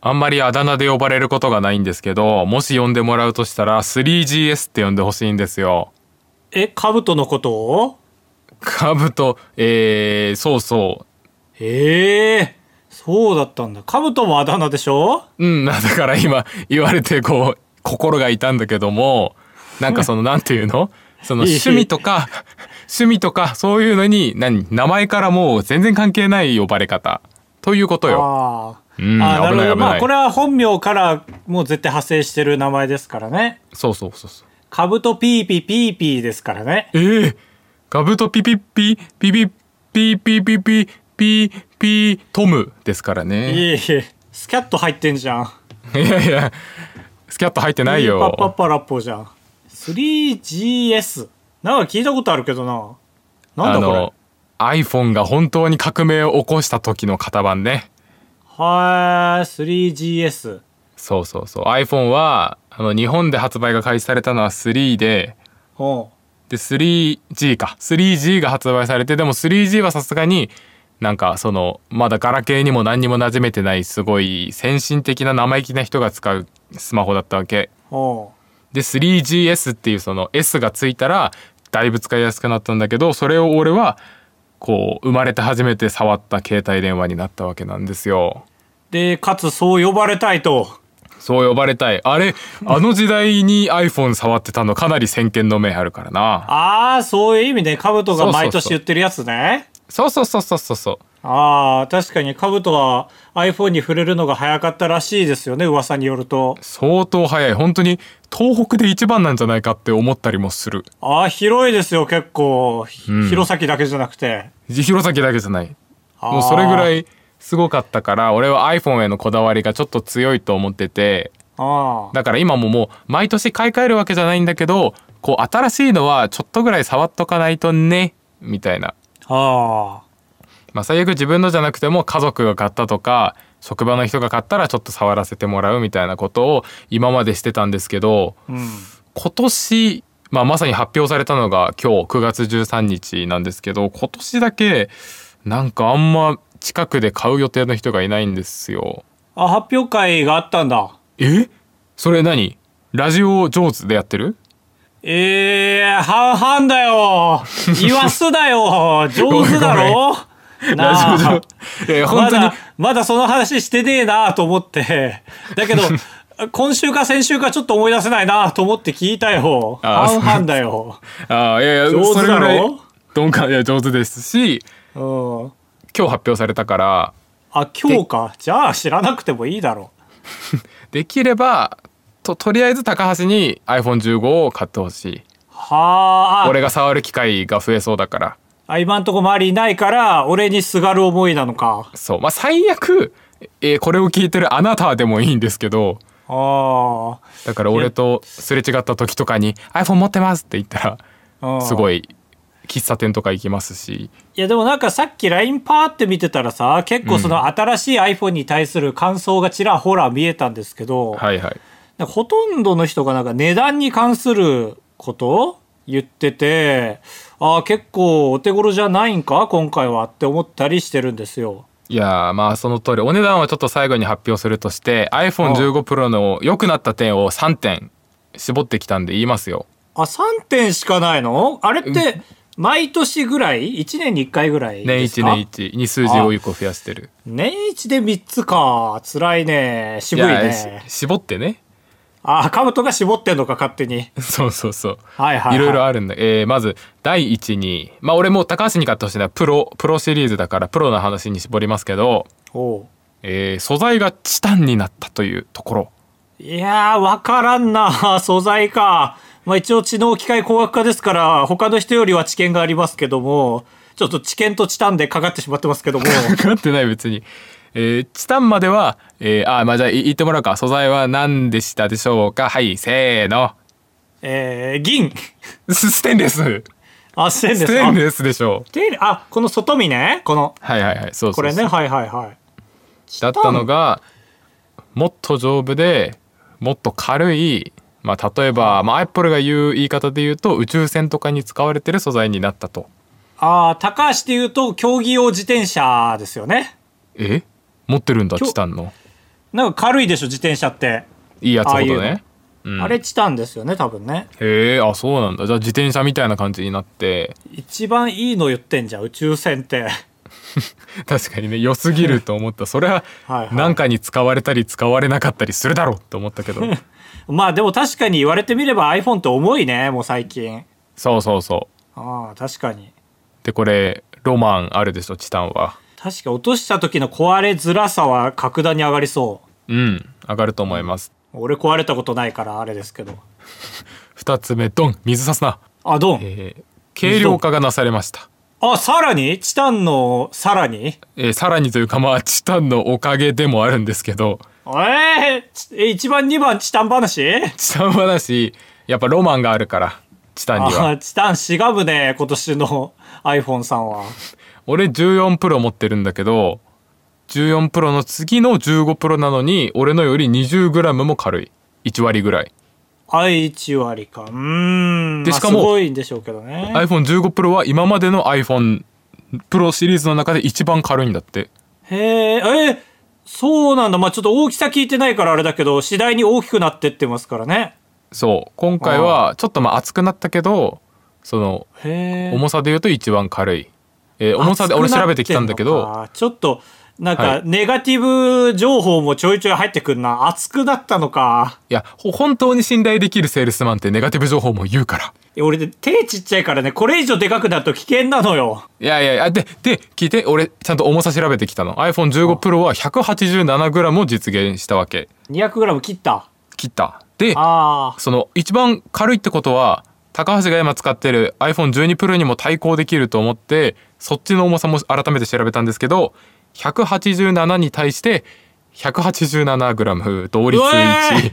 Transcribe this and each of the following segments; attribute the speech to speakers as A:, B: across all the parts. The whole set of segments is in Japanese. A: あんまりあだ名で呼ばれることがないんですけど、もし呼んでもらうとしたら 3GS って呼んでほしいんですよ。
B: え、カブトのことを
A: カブト、えー、そうそ
B: へえ、そうだったんだ。カブトもあだ名でしょ
A: う。うん、だから今言われてこう、心が痛んだけども、なん かその、なんていうのその
B: いい
A: 趣味とか、趣味とか、そういうのに、何名前からもう全然関係ない呼ばれ方。ということよ。
B: ああ。
A: うん
B: ああな
A: 危
B: るほ
A: ない
B: ど。
A: 危
B: ま
A: な
B: あ、
A: い
B: これは本名からもう絶対派生してる名前ですからね。
A: そうそうそうそう。
B: カブトピーピーピーピーですからね。
A: ええガブとピピッピ、ピピッピピピピ、ピピトムですから
B: い
A: ね。
B: えいえ、スキャット入ってんじゃん。
A: いやいや、スキャット入ってない
B: パッパッ
A: よ。
B: パラッポじゃん。3GS。なんか聞いたことあるけどな。な
A: あ
B: んだこれ
A: の、。iPhone が本当に革命を起こした時の型番ね。
B: はーい、3GS。
A: そうそうそう。iPhone は、あの、日本で発売が開始されたのは3で、
B: うん。
A: で、3G か。3G が発売されて、でも 3G はさすがに、なんかその、まだガラケーにも何にも馴染めてない、すごい先進的な生意気な人が使うスマホだったわけ。
B: うん。
A: で 3GS っていうその S がついたらだいぶ使いやすくなったんだけどそれを俺はこう生まれて初めて触った携帯電話になったわけなんですよ。
B: で、かつそう呼ばれたいと。
A: そう呼ばれたいあれあの時代に iPhone 触ってたのかなり先見の明あるからな
B: ああ、そういう意味ね。カブトが毎
A: そうそう
B: 年
A: そう
B: 言ってるやつね。
A: そうそうそうそうそうそう
B: ああ、確かにカブトは iPhone に触れるのが早かったらしいですよね。噂によると。
A: 相当早い本当に東北で一番なんじゃないかって思ったりもする
B: ああ、広いですよ、結構。ひ弘前だけじゃなくて。
A: 弘前だけじゃない
B: あー
A: もうそれぐらいすごかったから俺は iPhone へのこだわりがちょっと強いと思ってて
B: ああ。
A: だから今ももう毎年買い替えるわけじゃないんだけどこう新しいのはちょっとぐらい触っとかないとねみたいな、
B: ああ。
A: まあ、最悪自分のじゃなくても家族が買ったとか職場の人が買ったらちょっと触らせてもらうみたいなことを今までしてたんですけど
B: うん。
A: 今年、まあ、まさに発表されたのが今日9月13日なんですけど今年だけなんかあんま近くで買う予定の人がいないんですよ。
B: あ、発表会があったんだ。
A: えそれ何ラジオ上手でやってる
B: ええー、半々 だよ。言わすだよ。上手だろ
A: ラジ
B: なあ
A: オ上いやいや本
B: ま
A: 当に
B: だ、まだその話してねえなと思って。 だけど、今週か先週かちょっと思い出せないなと思って聞いたよ。
A: あー
B: 半々だよ。
A: ああいやいや
B: 上手
A: それぐら
B: だ
A: い
B: ろ
A: 鈍感いや上手ですし
B: うん。
A: 今日発表されたから
B: あ、今日か。じゃあ知らなくてもいいだろ。
A: できればととりあえず高橋に iPhone15 を買ってほしいう
B: はあ
A: 俺が触る機会が増えそうだから
B: あ。今んとこ周りいないから、俺にすがる思いなのか。
A: そうまあ最悪、えーこれを聞いてるあなたでもいいんですけど
B: あ
A: だから俺とすれ違った時とかに「iPhone 持ってます」って言った
B: あ。
A: らすご
B: い。
A: い喫茶店とか行きますし
B: いやでもなんかさっき LINE パーって見てたらさ、結構その新しい iPhone に対する感想がちらほら見えたんですけど、
A: はいはい
B: なんかほとんどの人がなんか値段に関することを言ってて、ああ、結構お手頃じゃないんか今回はって思ったりしてるんですよ。
A: いやーまあその通りお値段はちょっと最後に発表するとして iPhone15 Pro の良くなった点を3点絞ってきたんで言いますよ
B: あ、3点しかないのあれって、毎年ぐらい ?1 年に1回ぐらい
A: 年
B: です
A: 1
B: か
A: 年1に数字を1個増やしてる
B: 年1で3つか。辛いね。渋い
A: やー
B: ね。
A: し絞ってね
B: あ、カブトが絞ってんのか、勝手に。
A: そうそうそう
B: はいはいはい
A: いろいろあるんだ、えーまず第1にまあ俺もう高橋に買ってほしいのはプロプロシリーズだからプロの話に絞りますけど、
B: おう
A: えー素材がチタンになったというところ
B: いやー、わからんな。 素材か。まあ一応知能機械工学科ですから、他の人よりは知見がありますけども、ちょっと知見と知たんでかかってしまってますけど も。
A: 分かってない別に、えーチタンまでは、えーあーまあじゃあい言ってもらうか素材は何でしたでしょうかはいせーの
B: えー、銀。
A: スステンレス
B: あ、ステンレ
A: ス
B: ス。
A: テン
B: あ
A: レスでしょう
B: ステンレスあ、この外見ね。この、
A: はいはいはいそうそうそう
B: これね。はいはいはい。
A: だったのがもっと丈夫でもっと軽いまあ例えば、まあ、アップルが言う言い方で言うと宇宙船とかに使われてる素材になったと
B: ああ、高橋で言うと、競技用自転車ですよね。
A: え持ってるんだ
B: 今日
A: チタンの
B: なんか軽いでしょ自転車って、
A: いいやつほど
B: ああいう
A: ね
B: あれチタンですよね多分ね
A: へえあそうなんだじゃあ自転車みたいな感じになって
B: 一番いいの言ってんじゃん宇宙船って
A: 確かにね良すぎると思ったそれは
B: はいはい
A: 何かに使われたり使われなかったりするだろうと思ったけ ど
B: まあでも確かに言われてみれば iPhone って重いねもう最近
A: そうそうそう
B: ああ確かに
A: でこれロマンあるでしょチタンは
B: 確か落とした時の壊れづらさは格段に上がりそう
A: うん上がると思います
B: 俺壊れたことないからあれですけど
A: 2つ目ドン水さすな、
B: あドン
A: えー軽量化がなされました、
B: あさらにチタンのさらに
A: えーさらにというかまあチタンのおかげでもあるんですけど
B: えーちえ1番2番チタン話
A: チタンはだしやっぱロマンがあるからチタンには
B: あチタンしがむね今年の iPhone さんは
A: 俺14プロ持ってるんだけど14プロの次の15プロなのに俺のより 20g も軽い1割ぐらい
B: 愛1割かうーん
A: で
B: まあ
A: しかも
B: すごいんでしょうけどね
A: iPhone15 プロは今までの iPhone プロシリーズの中で一番軽いんだって
B: へええーそうなんだまあちょっと大きさ聞いてないからあれだけど次第に大きくなってってますからね
A: そう今回はちょっとまあ厚くなったけどその
B: へえ
A: 重さで言うと一番軽い、えー重さで俺調べてきたんだけど
B: 熱くなってんのかちょっとな
A: は
B: んか
A: い
B: ネガティブ情報もちょいちょい入ってくんな熱くなったのか
A: いやほ本当に信頼できるセールスマンってネガティブ情報も言うから
B: いや俺ね手ちっちゃいからねこれ以上でかくなると危険なのよ
A: いやいやいやでで聞いて俺ちゃんと重さ調べてきたの iPhone15 Pro は 187g を実現したわけ
B: 200g 切った
A: 切ったで
B: あ
A: その一番軽いってことは高橋が今使ってる iPhone12 Pro にも対抗できると思ってそっちの重さも改めて調べたんですけど187に対して 187g 同
B: ー
A: 率
B: うえ
A: 1
B: ー、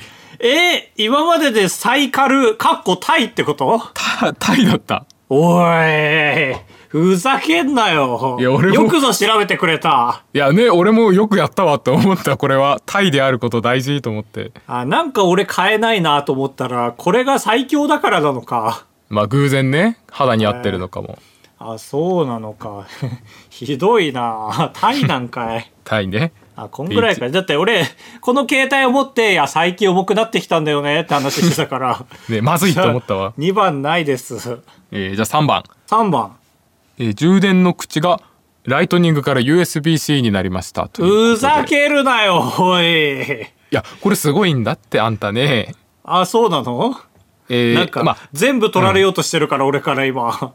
B: えー今までで最軽かっこタイってこと
A: たタイだった
B: おいふざけんなよ
A: いや俺も
B: よくぞ調べてくれた
A: いやね俺もよくやったわと思ったこれはタイであること大事と思って
B: あなんか俺買えないなと思ったらこれが最強だからなのか
A: まあ偶然ね肌に合ってるのかも。
B: あそうなのか ひどいなタイなんかい
A: タイね
B: あこんぐらいかだって俺この携帯を持っていや最近重くなってきたんだよねって話してたから
A: ね まずいと思った わ
B: 2番ないです3
A: えーじゃあ3番、
B: 番
A: えー充電の口がライトニングから USB-C になりましたということで
B: ふざけるなよおい
A: いやこれすごいんだってあんたね
B: あそうなの
A: えー
B: なんか、
A: まあ
B: 全部取られようとしてるから、俺から今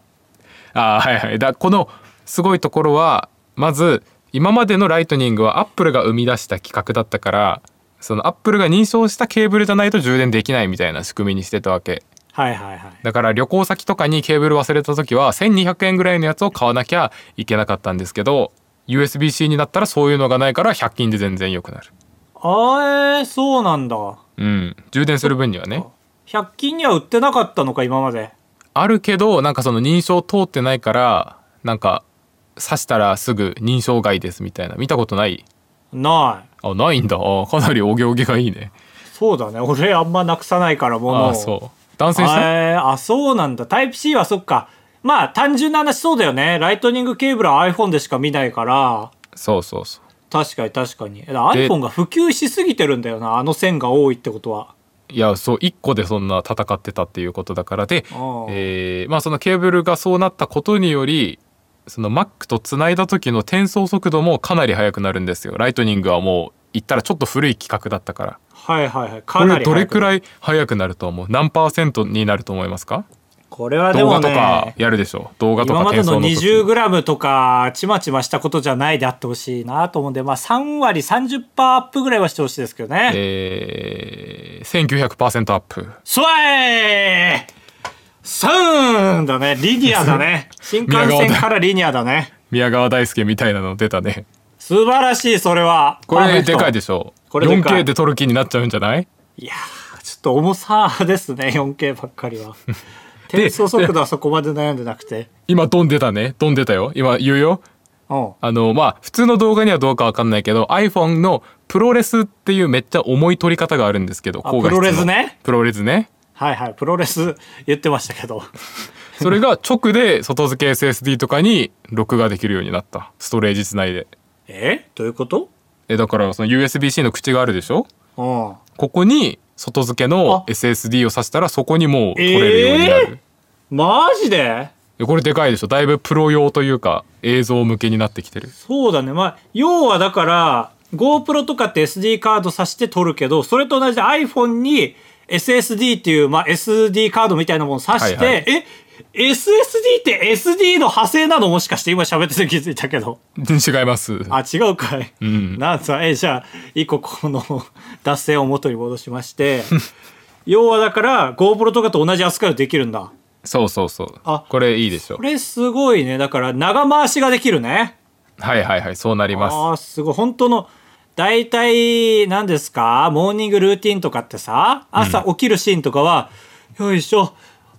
A: あーはいはいだこのすごいところはまず今までのライトニングはアップルが生み出した企画だったからそのアップルが認証したケーブルじゃないと充電できないみたいな仕組みにしてたわけ
B: はいはいはい
A: だから旅行先とかにケーブル忘れた時は1200円ぐらいのやつを買わなきゃいけなかったんですけど USB-C になったらそういうのがないから100均で全然良くなる
B: あえー、そうなんだ
A: うん充電する分にはね
B: 100均には売ってなかったのか今まで
A: あるけどなんかその認証通ってないからなんか刺したらすぐ認証外ですみたいな見たことない
B: ない
A: あないんだあかなりお行儀がいいね
B: そうだね 俺あんまなくさないから物を
A: あそう断線した
B: えーあそうなんだタイプ C はそっかまあ単純な話そうだよねライトニングケーブルは iPhone でしか見ないから
A: そうそうそう
B: 確かに確かにえだ iPhone が普及しすぎてるんだよなあの線が多いってことはい
A: やそう1個でそんな戦ってたっていうことだからで
B: あ、ー
A: えーまあ、そのケーブルがそうなったことによりその Mac とつないだ時の転送速度もかなり速くなるんですよライトニングはもう言ったらちょっと古い企画だったから
B: はいはいはい
A: こ
B: かな
A: れ
B: り
A: どれく
B: い
A: らい速くなると思う何パーセントになると思いますか
B: これはで
A: 動
B: も
A: 画とか
B: ね
A: やるでしょ動画とか
B: 今まで
A: 転送
B: の
A: の時
B: 20g とかちまちましたことじゃないであってほしいなと思うんで、まあ、3割30%アップぐらいはしてほしいですけどね。
A: えー、1900%アップ
B: そえスーンだねリニアだね新幹線からリニアだね
A: 宮川大輔みたいなの出たね
B: 素晴らしいそれは
A: これでかいで
B: し
A: しょ
B: これでかい
A: 4K で撮る気になっちゃうんじゃない
B: いやーちょっと重さですね 4K ばっかりは
A: で
B: 転送速度はそこまで悩んでなくて
A: 今ドン出たねドン出たよ今言うよ
B: うん
A: あのまあ普通の動画にはどうかわかんないけど iPhone のプロレスっていうめっちゃ重い撮り方があるんですけど
B: あ
A: 高画質の
B: プロレスね
A: プロレスね
B: はいはいプロレス言ってましたけど
A: それが直で外付け SSD とかに録画できるようになったストレージつないで
B: えどういうこと
A: えだからその USB-C の口があるでしょ
B: うん。
A: ここに外付けの SSD を挿したらそこにもう取れるようになる、
B: マジで
A: でこれでかいでしょだいぶプロ用というか映像向けになってきてる
B: そうだね。まあ、要はだから、GoPro とかって SD カード挿して撮るけど、それと同じで iPhone に SSD っていう、まあ、SD カードみたいなもの挿して、
A: はいはい
B: え SSD って SD の派生なのもしかして今喋ってて気づいたけど。
A: 違います
B: あ、違うかい。
A: ん
B: なんさ、え、じゃあ、一個この 脱線を元に戻しまして、要はだから、GoPro とかと同じ扱いをできるんだ。
A: そうそうそう
B: あ
A: これいいでしょ
B: これすごいね。だから、長回しができるね。
A: はいはいはいそうなります
B: ああーすごい本当の大体何ですかモーニングルーティンとかってさ朝起きるシーンとかは、よいしょ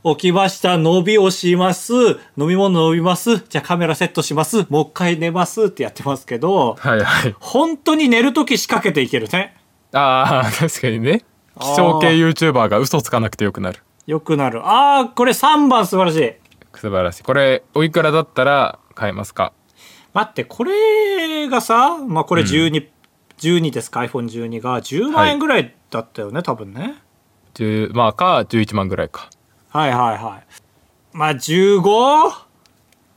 B: 起きました伸びをします飲み物飲みますじゃあカメラセットしますもう一回寝ますってやってますけど
A: はいはい
B: 本当に寝る時仕掛けていけるね
A: ああ確かにね気象系 YouTuber が嘘つかなくてよくなる
B: よくなるああこれ3番素晴らしい
A: 素晴らしいこれおいくらだったら買えますか
B: 待ってこれがさまあこれ12、12ですか iPhone12 が10万円ぐらいだったよね、多分ね
A: 10まあか11万ぐらいか
B: はいはいはい。まあ、15?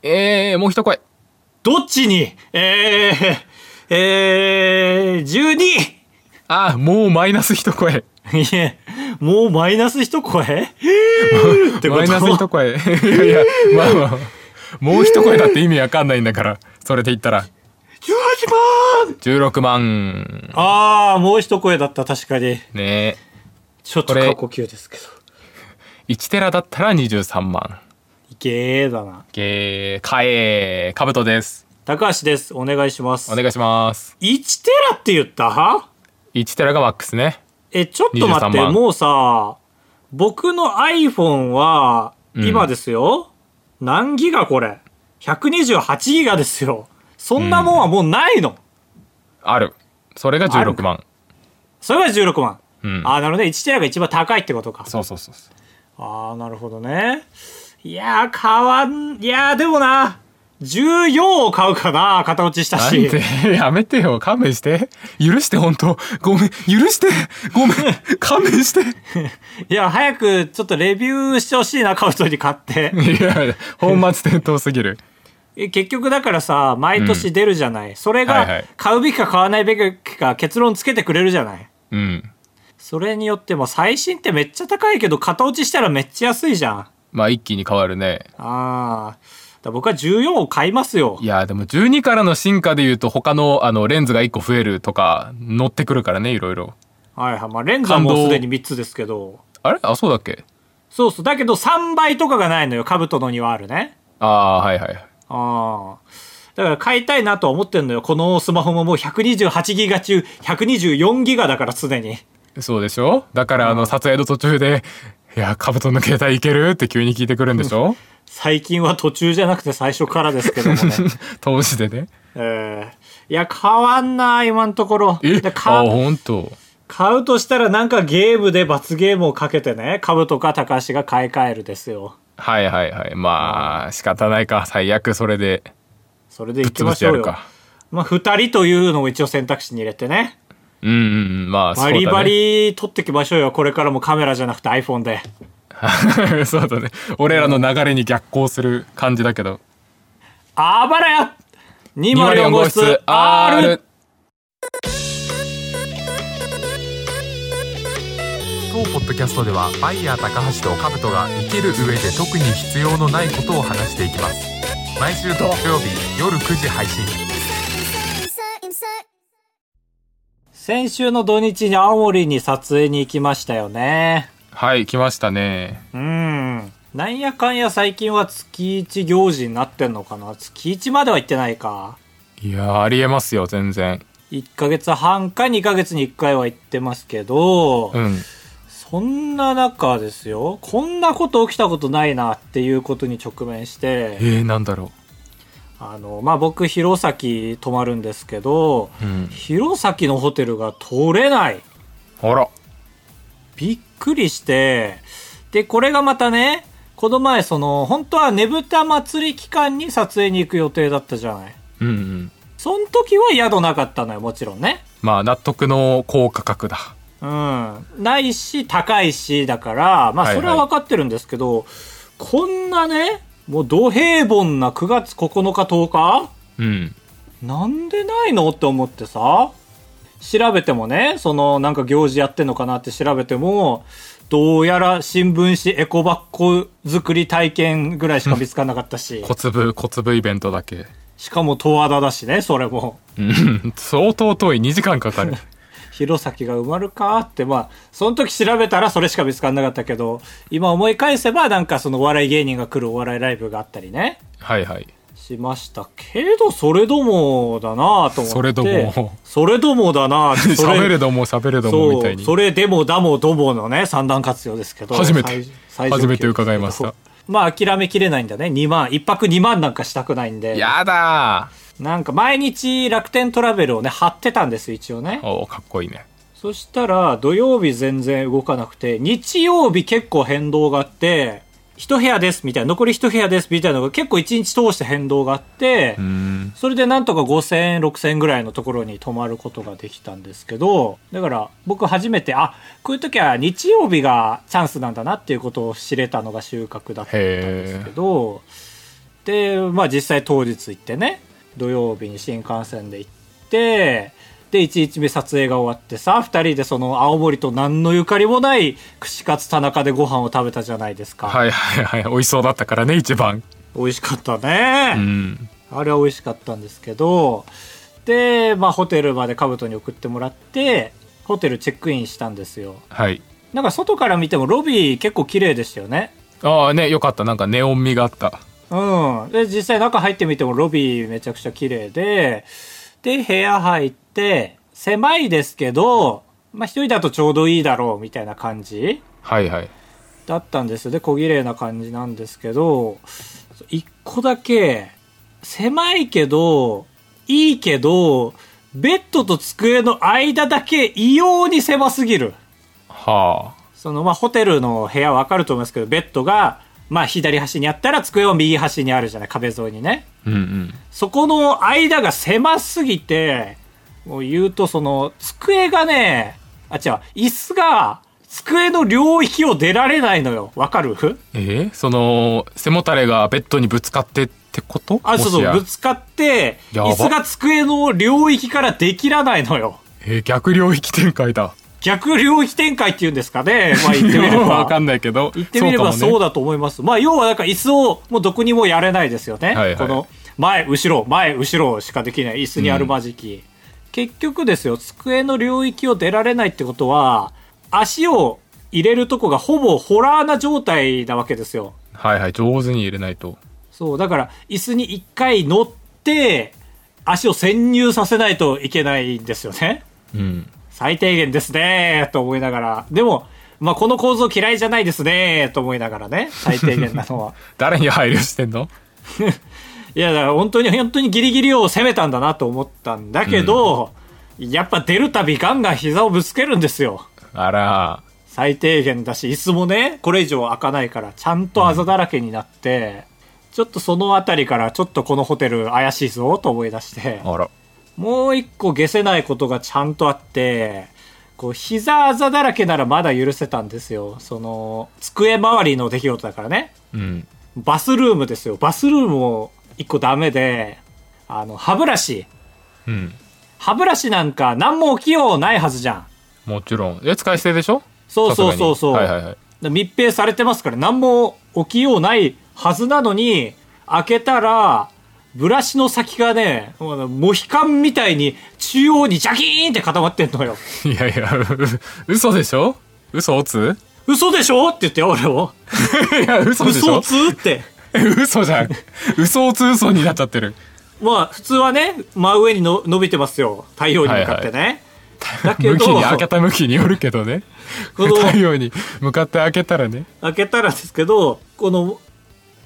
A: えー、もう一声
B: どっちにえー、えー、12!
A: ああもうマイナス一声
B: いえ、もうマイナス 一声ってこと
A: マイナス一声 いやいやまあまあもう一声だって意味わかんないんだからそれで言ったら
B: 18万
A: 16万
B: ああ、もう一声だった、確かに。
A: ね
B: ちょっと
A: これ
B: 過呼吸ですけど。
A: 1テラだったら23万
B: いけーだな。
A: ゲー買えカブトです
B: 高橋です。お願いします。
A: お願いします
B: 1テラって言った
A: 1テラがマックスね
B: え、ちょっと待って、
A: 23万
B: もうさ、僕の iPhone は、
A: うん
B: 今ですよ、何ギガこれ ?128 ギガですよ。そんなもんはもうないの。
A: あるそれが16万
B: それが16万。
A: うん
B: ああ、なるほどね。1テラが一番高いってことか。
A: そうそうそうそう
B: ああ、なるほどね。いやー、買わん、いやー、でもな、14を買うかな、片落ちした
A: なん
B: し。
A: でやめてよ勘弁して許して本当ごめん許してご めん勘弁して
B: いや、早くちょっとレビューしてほしいな、買う人に買って。
A: いや本末転倒すぎる
B: え結局だからさ毎年出るじゃない、それ
A: はいは
B: が
A: い
B: 買うべきか買わないべきか結論つけてくれるじゃない
A: うん
B: それによっても最新ってめっちゃ高いけど型落ちしたらめっちゃ安いじゃんあ
A: まあ一気に変わるね
B: あーだ僕は14を買いますよ
A: いやでも12からの進化でいうと他のあのレンズが1個増えるとか乗ってくるからねいろいろ
B: はいはいまあレンズは
A: 感
B: もう
A: 動
B: すでに3つですけど
A: あれあそうだっけ
B: そうそうだけど3倍とかがないのよ兜のにはあるね
A: ああーはいはい
B: ああだから買いたいなとは思ってんのよこのスマホももう128ギガ中124ギガだからすでに
A: そうでしょだからあの撮影の途中で「いやカブトの携帯いける?」って急に聞いてくるんでしょ
B: 最近は途中じゃなくて最初からですけども ね
A: 投資でね
B: えーいや、変わんない、今のところ。
A: え
B: で
A: あ
B: か
A: 本当
B: 買うとしたら、なんかゲームで罰ゲームをかけてね、株とか高橋が買い替えるですよ。
A: はいはいはいまあ仕方ないか最悪それで
B: それで
A: ぶ
B: 行
A: っ
B: き
A: 潰
B: ま
A: して
B: し
A: や
B: ょう
A: る
B: よ。
A: か
B: まあ、二人というのを一応選択肢に入れてね。
A: うんうんうんまあそ
B: バ
A: うだね
B: リバリ撮ってきましょうよ。これからもカメラじゃなくて iPhone で。
A: そうだね俺らの流れに逆行する感じだけど
B: あばらや !204 号室 R!
A: 当ポッドキャストではバイヤー高橋とカブトが生きる上で特に必要のないことを話していきます毎週土曜日夜9時配信
C: insert, insert.
B: 先週の土日に青森に撮影に行きましたよね。
A: はい来ましたね
B: うん。なんやかんや最近は月一行事になってんのかな月一までは行ってないか。
A: いやーありえますよ全然
B: 1ヶ月半か2ヶ月に1回は行ってますけど、
A: うん
B: そんな中ですよ、こんなこと起きたことないなっていうことに直面して、
A: えー、なんだろ
B: あの、まあ、僕、弘前泊まるんですけど、
A: ううん
B: 弘前のホテルが取れない。
A: あら
B: びっくりして、で、これがまたね、この前、その、本当はねぶた祭り期間に撮影に行く予定だったじゃない。
A: うんうん
B: その時は宿なかったのよ、もちろんね。
A: まあ納得の高価格だ
B: うん。ないし、高いし、だから、まあ、
A: はいはい
B: それは分かってるんですけど、こんなね、もう、土平凡な9月9日10日
A: うん
B: なんでないのって思ってさ、調べてもね、その、なんか行事やってんのかなって調べても、どうやら新聞紙エコバッグ作り体験ぐらいしか見つからなかったし、
A: 小粒小粒イベントだけ
B: しかも十和田だしね、それも。
A: うん 相当遠い2時間かかる
B: 弘前が埋まるかってまあその時調べたらそれしか見つからなかったけど今思い返せばなんかそのお笑い芸人が来るお笑いライブがあったりね
A: はい はい
B: しましたけどそれどもだなぁと思って
A: それども
B: それどもだな ぁってそれ
A: 喋るども喋るどもみたい
B: そう
A: に
B: それでもだもどものね三段活用ですけど
A: 初めて
B: 最最上級
A: 初めて伺いました
B: まあ諦めきれないんだね2万1泊2万なんかしたくないんで
A: やだ
B: なんか毎日楽天トラベルをね貼ってたんですよ一応ね
A: ーおーかっこいいね
B: そしたら土曜日全然動かなくて日曜日結構変動があって一部屋ですみたいな残り一部屋ですみたいなのが結構一日通して変動があって、
A: うん
B: それでなんとか5000円6000円ぐらいのところに泊まることができたんですけどだから僕初めてあこういう時は日曜日がチャンスなんだなっていうことを知れたのが収穫だったんですけどでまあ実際当日行ってね土曜日に新幹線で行ってで1日目撮影が終わってさ2人でその青森と何のゆかりもない串カツ田中でご飯を食べたじゃないですか、
A: はいはいはい美味しそうだったからね一番
B: 美味しかったね、
A: うん
B: あれは美味しかったんですけど、で、まあホテルまでカブトに送ってもらって、ホテルチェックインしたんですよ。
A: はい
B: なんか外から見てもロビー結構綺麗でしたよね。
A: ああねよかったなんかネオン味があった
B: うん。で、実際中入ってみてもロビーめちゃくちゃ綺麗で、で、部屋入って、狭いですけど、まあ一人だとちょうどいいだろうみたいな感じ
A: はいはい
B: だったんですよ。で、小綺麗な感じなんですけど、一個だけ、狭いけど、いいけど、ベッドと机の間だけ異様に狭すぎる。
A: は
B: その、まあ、ホテルの部屋わかると思いますけど、ベッドが、まあ、左端にあったら机は右端にあるじゃない、壁沿いにね。
A: あうんうん
B: そこの間が狭すぎて、もう言うとその、机がね、あ、違う、椅子が、机の領域を出られないのよ。わかる
A: えー、その背もたれがベッドにぶつかってってこと
B: あ、そう
A: もしや
B: そう、ぶつかって、
A: やば
B: 椅子が机の領域からできらないのよ。
A: えー逆領域展開だ
B: 逆領域展開っていうんですかね。まあ言ってみれ
A: わ
B: ば。
A: かんないけど
B: 言ってみればそう
A: だ
B: だと思います。まあ要はだから椅子をもうどこにもやれないですよね。
A: いはい
B: この前、後ろ、前、後ろしかできない椅子にあるまじき。結局ですよ、机の領域を出られないってことは、足を入れるとこがほぼホラーな状態なわけですよ。
A: はいはい上手に入れないと
B: そう、だから、椅子に一回乗って、足を潜入させないといけないんですよね。
A: うん
B: 最低限ですねーと思いながら。でも、まあ、この構造嫌いじゃないですねーと思いながらね、最低限なのは。
A: 誰に配慮してんの
B: いや、だから本当に、本当にギリギリを攻めたんだなと思ったんだけど、やっぱ出るたびガンガン膝をぶつけるんですよ。
A: あら
B: 最低限だし、椅子もね、これ以上開かないから、ちゃんとあざだらけになって、ちょっとそのあたりから、ちょっとこのホテル怪しいぞと思い出して、
A: あら
B: もう一個消せないことがちゃんとあって、こう、膝あざだらけならまだ許せたんですよ。その、机周りの出来事だからね。
A: うん
B: バスルームですよ。バスルームも一個ダメで、あの、歯ブラシ。
A: うん
B: 歯ブラシなんか何も起きようないはずじゃん。
A: もちろんえ使い捨てでしょ
B: そうそうそうそう
A: さすがにはいはいはい
B: で密閉されてますから何も起きようないはずなのに開けたらブラシの先がねもうあのモヒカンみたいに中央にジャキーンって固まってんのよ
A: いやいや う嘘でしょ嘘打つ
B: 嘘でしょって言って俺も
A: いや嘘でし
B: 嘘
A: ょ
B: をつって
A: 嘘じゃん嘘をつ嘘になっちゃってる
B: まあ普通はね真上にの伸びてますよ太陽に向かってね、だけ
A: 向き
B: ど
A: に開けた向きによるけどね
B: この
A: 太陽に向かって開けたらね
B: 開けたらですけどこの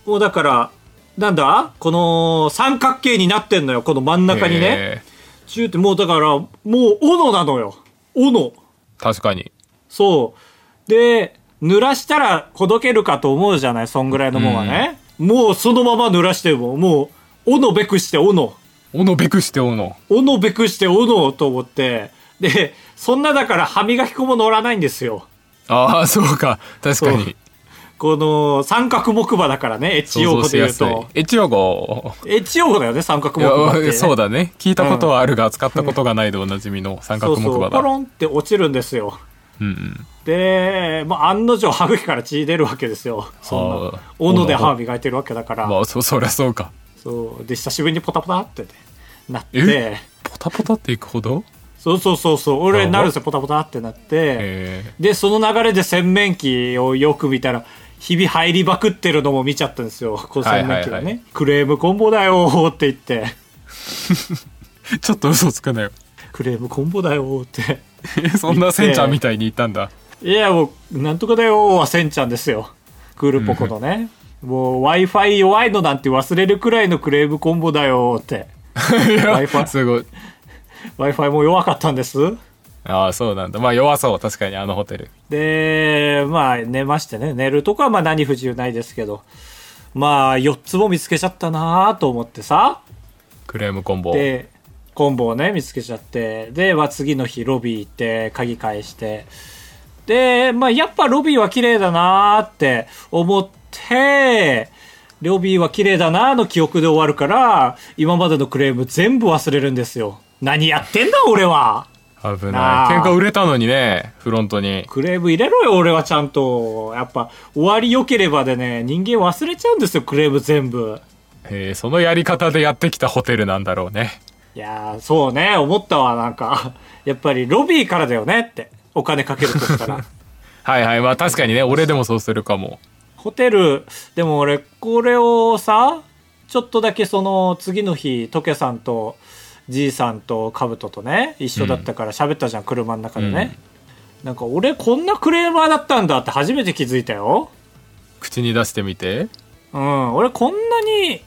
B: もうだからなんだこの三角形になってんのよこの真ん中に
A: え
B: ね、中ってもうだから、もう斧なのよ。斧。
A: ー確かに
B: そう。で、濡らしたらほどけるかと思うじゃないそんぐらいのもんはね。もうそのまま濡らしても、もう、斧べくして斧。
A: おのべくしておの。
B: おのべくしておのと思って。で、そんなだから歯磨き粉も乗らないんですよ。
A: ああ、そうか。確かに。
B: この三角木馬だからね、越
A: 想
B: 用
A: 像
B: 語
A: し
B: で言
A: や
B: う
A: すい
B: と。。
A: 越後語。
B: 越用語だよね、三角
A: い
B: 木馬って、
A: やそうだね聞いたことはあるが、使ったことがないでおなじみの三
B: そ
A: 角
B: う
A: 木
B: そ
A: 馬
B: う、
A: だ
B: ポロンって落ちるんですよ。
A: うんうん
B: で、まあ、案の定歯茎から血出るわけですよ。そん
A: は
B: な
A: あ。
B: 斧で歯磨いてるわけだから。
A: まあそそりゃそうか
B: そう。で、久しぶりにポタポタってね、なっ
A: え
B: て。
A: ポタポタっていくほど
B: そうそうそうそう。俺なるんですよ、ポタポタってなって。
A: ええ
B: で、その流れで洗面器をよく見たら、日々入りまくってるのも見ちゃったんですよ。この洗面器がね。
A: はいはいはい
B: クレームコンボだよーって言って。
A: ちょっと嘘つくなよ
B: クレームコンボだよーって。
A: そんなセンちゃんみたいに言ったんだ
B: いや、もう、なんとかだよーはせんちゃんですよ。クールポコのね。もう Wi-Fi 弱いのなんて忘れるくらいのクレームコンボだよーって。
A: いや
B: Wi-Fi
A: すごい
B: Wi-Fi も弱かったんです。
A: ああそうなんだまあ弱そう確かにあのホテル
B: で、まあ寝ましてね、寝るとかはまあ何不自由ないですけど、まあ4つも見つけちゃったなーと思ってさ、
A: クレームコンボ
B: で、コンボをね、見つけちゃって、で、まあ次の日ロビー行って、鍵返して、で、まあやっぱロビーは綺麗だなーって思って、ロビーは綺麗だなーの記憶で終わるから、今までのクレーム全部忘れるんですよ。何やってんだ俺は
A: 危
B: な
A: な
B: あ
A: い喧嘩売れたのにねフロントに
B: クレーム入れろよ、俺はちゃんと。やっぱ、終わり良ければでね、人間忘れちゃうんですよ、クレーム全部。
A: えーそのやり方でやってきたホテルなんだろうね
B: いやー、そうね、思ったわ、なんか。 やっぱり、ロビーからだよねって。お金かけるとしたら。
A: はいはいまあ確かにね俺でもそうするかも
B: ホテル、でも俺、これをさ、ちょっとだけその、次の日、トケさんと、じいさんと、カブトとね、一緒だったから喋ったじゃん、車の中でね。なんか、俺、こんなクレーマーだったんだって初めて気づいたよ。
A: 口に出してみて
B: うん、俺こんなに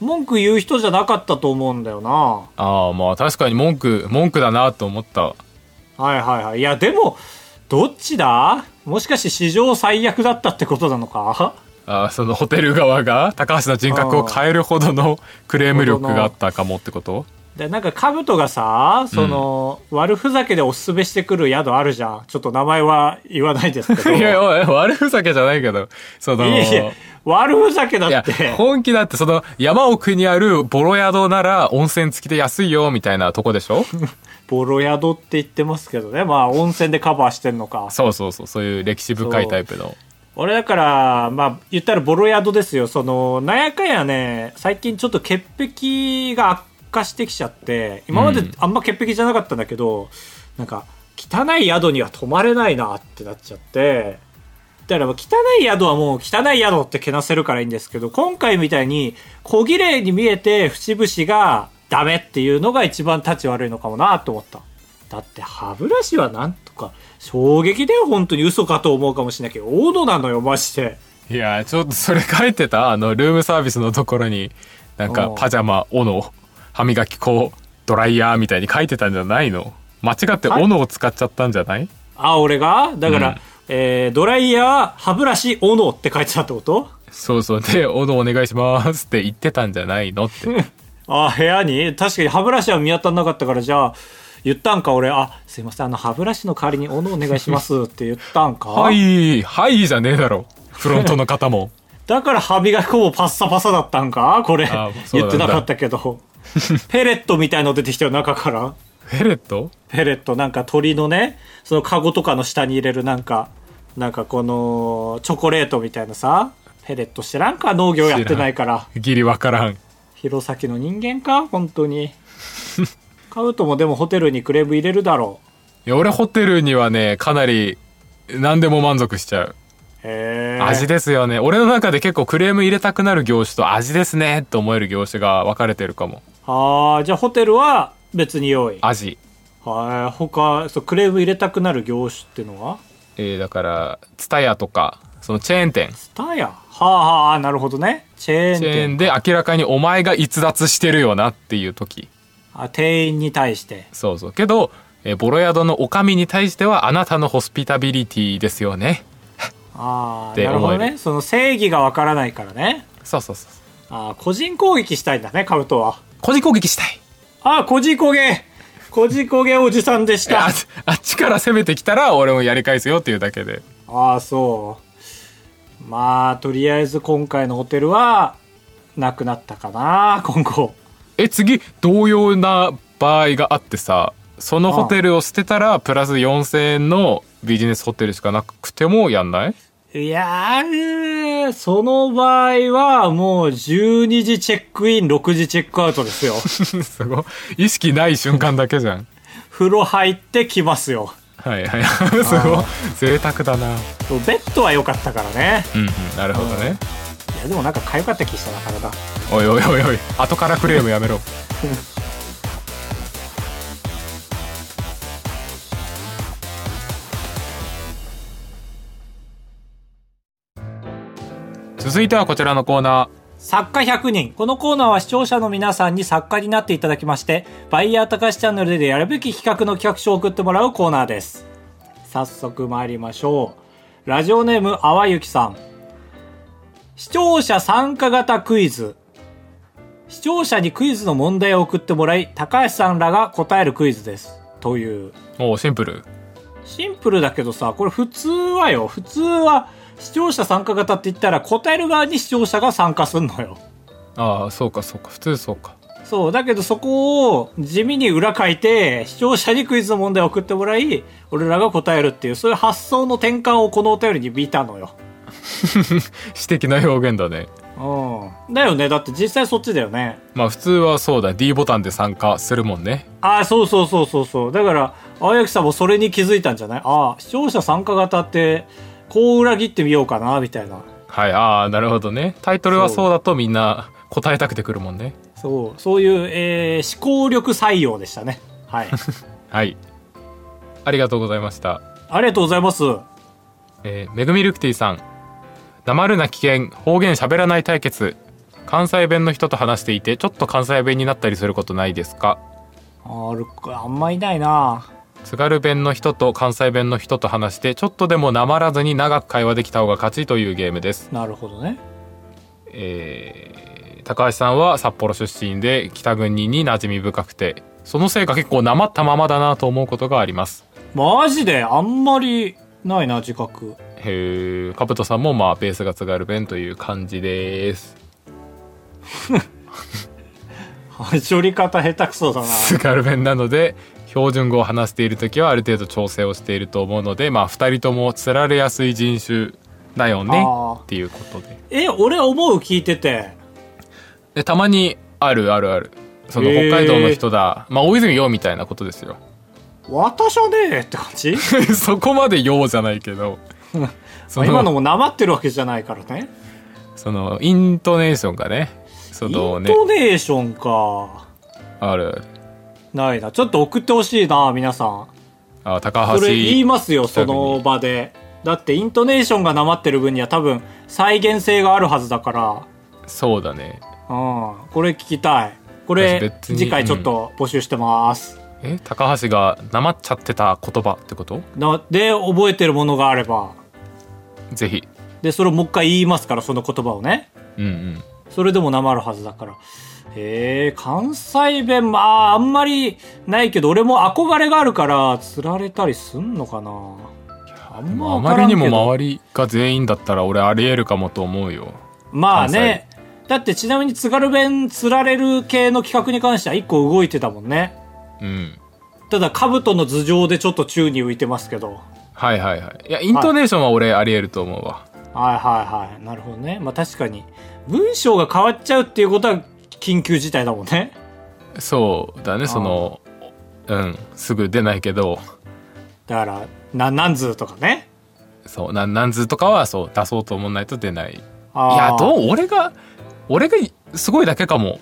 B: 文句言う人じゃなかったと思うんだよな。
A: ああまあ確かに文句文句だなと思った
B: はいはいはい。いや、でも、どっちだもしかして史上最悪だったってことなのか
A: あーそのホテル側が高橋の人格を変えるほどのクレーム力があったかもってこと
B: で、なんか、カブトがさ、その、悪ふざけでおすすめしてくる宿あるじゃん。ちょっと名前は言わないですけど。
A: いやおい悪ふざけじゃないけどその
B: いやいや悪ふざけだ
A: いや
B: って。
A: 本気だってその山奥にあるボロ宿なら温泉付きで安いよみたいなとこで しょ
B: ボロ宿って言ってますけどね。まあ、温泉でカバーしてんのか。
A: そうそうそうそういう歴史深いタイプの
B: 俺だから、まあ、言ったらボロ宿ですよ。その、なんやかんやね、最近ちょっと潔癖が悪化してきちゃって、今まで
A: うん
B: あんま潔癖じゃなかったんだけど、なんか、汚い宿には泊まれないなってなっちゃって、だからまあ汚い宿はもう汚い宿ってけなせるからいいんですけど、今回みたいに小綺麗に見えて節々がダメっていうのが一番立ち悪いのかもなと思った。だって歯ブラシはなんとか衝撃だよ、本当に嘘かと思うかもしれないけど、大野なのよ、マジで。
A: いやちょっとそれ書いてたあのルームサービスのところになんか
B: おう
A: パジャマ斧歯磨き粉ドライヤーみたいに書いてたんじゃないの間違って
B: はい
A: 斧を使っちゃったんじゃない
B: あ、俺がだから、
A: うん
B: えードライヤー、歯ブラシ、斧って書いてたってこと
A: そうそう。で、オードお願いしますって言ってたんじゃないの って。
B: あ、部屋に確かに歯ブラシは見当たらなかったから、じゃあ、言ったんか、俺。あ、すいません、あの、歯ブラシの代わりに斧お願いしますって言ったんか。
A: はい、はいじゃねえだろ。フロントの方 も。
B: だから歯磨き粉もパッサパサだったんかこれ
A: あ。そう
B: 言
A: なんだ
B: ってなかったけ ど。ペレットみたいの出てきたよ、中から。
A: フェレット
B: ペレット、なんか鳥のね、そのカゴとかの下に入れるなんか、なんかこの、チョコレートみたいなさ。ペレット知らんか農業やってないから。
A: ギリわからん。
B: 弘前の人間か本 当に。カウトもでもホテルにクレーム入れるだろう。
A: いや、俺ホテルにはね、かなり、何でも満足しちゃう。
B: へえ。
A: 味ですよね。俺の中で結構クレーム入れたくなる業種と味ですねって思える業種が分かれてるかも。
B: ああ、じゃあホテルは別に用意。
A: 味。
B: はい。他、そう、クレーム入れたくなる業種ってのは
A: えー、だから、ツタヤとか、そのチェーン店。
B: スタヤはあはあ、なるほどね。チェーン
A: チェー
B: 店。
A: ンで明らかにお前が逸脱してるよなっていう時。
B: あ、店員に対して。
A: そうそう。けど、えーボロ宿のお上に対しては、あなたのホスピタビリティですよね。
B: あ
A: っ
B: あ、
A: て
B: なるほど
A: 思え
B: ね。その正義がわからないからね。
A: そうそうそう。
B: ああ、個人攻撃したいんだね、カブトは。
A: 個人攻撃したい。
B: あ、こじこげ。こじこげおじさんでし
A: あ
B: た。
A: あっちから攻めてきたら俺もやり返すよっていうだけで
B: ああ、そう。まあ、とりあえず今回のホテルは、なくなったかな、今後。
A: え次同様な場合があってさそのホテルを捨てたらプラス4,000円のビジネスホテルしかなくてもやんない
B: いやー、その場合は、もう12時チェックイン、6時チェックアウトですよ。
A: すごい意識ない瞬間だけじゃん
B: 風呂入ってきますよ。
A: はいはい すごい贅沢だな
B: ベッドは良かったからね。
A: うん、うん、なるほどね
B: いや、でもなんか痒かった気したな、体。
A: おいおいおいおい後からクレームや めろ続いてはこちらのコーナー
B: 作家100人。このコーナーは視聴者の皆さんに作家になっていただきまして、バイヤーたかしチャンネルでやるべき企画の企画書を送ってもらうコーナーです。早速参りましょう。ラジオネーム、あわゆきさん。視聴者参加型クイズ。視聴者にクイズの問題を送ってもらい、高橋さんらが答えるクイズです。という。
A: おうシンプル
B: シンプルだけどさ、これ普通はよ。普通は視聴者参加型って言ったら答える側に視聴者が参加すんのよ。
A: ああそうかそうか普通そうか
B: そう、だけどそこを地味に裏書いて、視聴者にクイズの問題を送ってもらい、俺らが答えるっていう、そういう発想の転換をこのお便りに見たのよ。
A: 私的な表現だね
B: うん。だよね。だって実際そっちだよね。
A: まあ普通はそうだ D ボタンで参加するもんね
B: ああ、そうそうそうそうそう。だから、青柳さんもそれに気づいたんじゃないああ、視聴者参加型って、こう裏切ってみようかな、みたいな。
A: はいああなるほどねタイトルはそうだとみんな答えたくてくるもんね
B: そう、そういう、えー思考力採用でしたね。 はい。
A: はいありがとうございました
B: ありがとうございます。
A: えー、めぐみルクティさん「なまるな危険方言しゃべらない対決」関西弁の人と話していてちょっと関西弁になったりすることないですか
B: あるか、あんまいないな
A: 津軽弁の人と関西弁の人と話してちょっとでもなまらずに長く会話できた方が勝ちというゲームです、
B: なるほどね。
A: えー高橋さんは札幌出身で北国に馴染み深くてそのせいか結構なまったままだなと思うことがあります
B: マジであんまりないな自覚
A: へえかぶとさんもまあベースが津軽弁という感じです
B: 処理方下手くそだな
A: 津軽弁なので標準語を話している時はある程度調整をしていると思うのでまあ2人ともつられやすい人種だよね
B: あー
A: っていうことで
B: え俺思う聞いてて
A: でたまにあるあるあるその
B: へー
A: 北海道の人だ、まあ大泉洋みたいなことですよ
B: 私はねえって感 じ
A: そこまで洋じゃないけ どそ
B: 今のもなまってるわけじゃないからね
A: そのイントネーションがねそ
B: イン
A: のね
B: トネーションか
A: あるある
B: ないなちょっと送ってほしいな皆さん
A: あ高橋
B: それ言いますよ
A: 北
B: そ
A: 国
B: の場でだってイントネーションがなまってる分には多分再現性があるはずだから
A: そうだね
B: うんこれ聞きたいこ
A: 私
B: れ
A: 別に
B: 次回ちょっと募集してます、
A: え高橋がなまっちゃってた言葉ってこと
B: なで覚えてるものがあれば
A: ぜひ
B: でそれをもう一回言いますからその言葉をね
A: うんうん
B: それでもなまるはずだからへえ関西弁まああんまりないけど俺も憧れがあるからつられたりすんのかなあん
A: まあ、あ
B: ま分
A: ま
B: から
A: り
B: ん
A: に
B: け
A: も
B: ど
A: 周りが全員だったら俺ありえるかもと思うよ
B: まあねだってちなみに津軽弁つられる系の企画に関しては一個動いてたもんね
A: うん
B: ただ兜の頭上でちょっと宙に浮いてますけど
A: はいはいはいいやイントネーションは俺ありえると思うわ、
B: はいはいはいなるほどねまあ確かに文章が変わっちゃうっていうことは緊急事態だもんね
A: そうだねそのうんすぐ出ないけど
B: だから、な、なんずとかね。
A: そうなんなんずとかはそう出そうと思わないと出ないい
B: あー
A: やどう俺が俺がすごいだけかも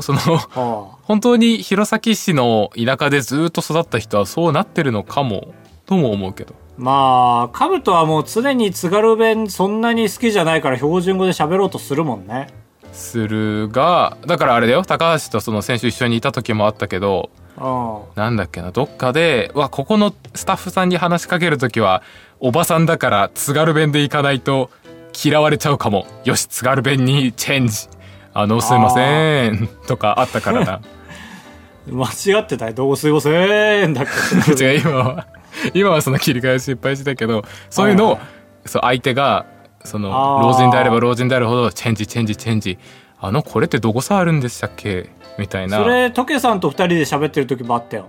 A: その
B: あ
A: 本当に弘前市の田舎でずっと育った人はそうなってるのかもとも思うけど
B: ーまあ、カブトはもう常に津軽弁そんなに好きじゃないから標準語で喋ろうとするもんね。
A: するがだからあれだよ高橋とその先週一緒にいた時もあったけど
B: うん。
A: なんだっけなどっかでうわここのスタッフさんに話しかける時はおばさんだから津軽弁で行かないと嫌われちゃうかもよし 津軽弁にチェンジあのすいませんとかあったからな
B: 間違ってたよどうすいませんだっけ
A: 違う今は今はその切り替え失敗したけどそういうの
B: は
A: を
B: いは
A: そう相手がその
B: あー
A: 老人であれば老人であるほどチェンジチェンジチェンジあのこれってどこさあるんでしたっけみたいな
B: それトケさんと二人で喋ってる時もあったよ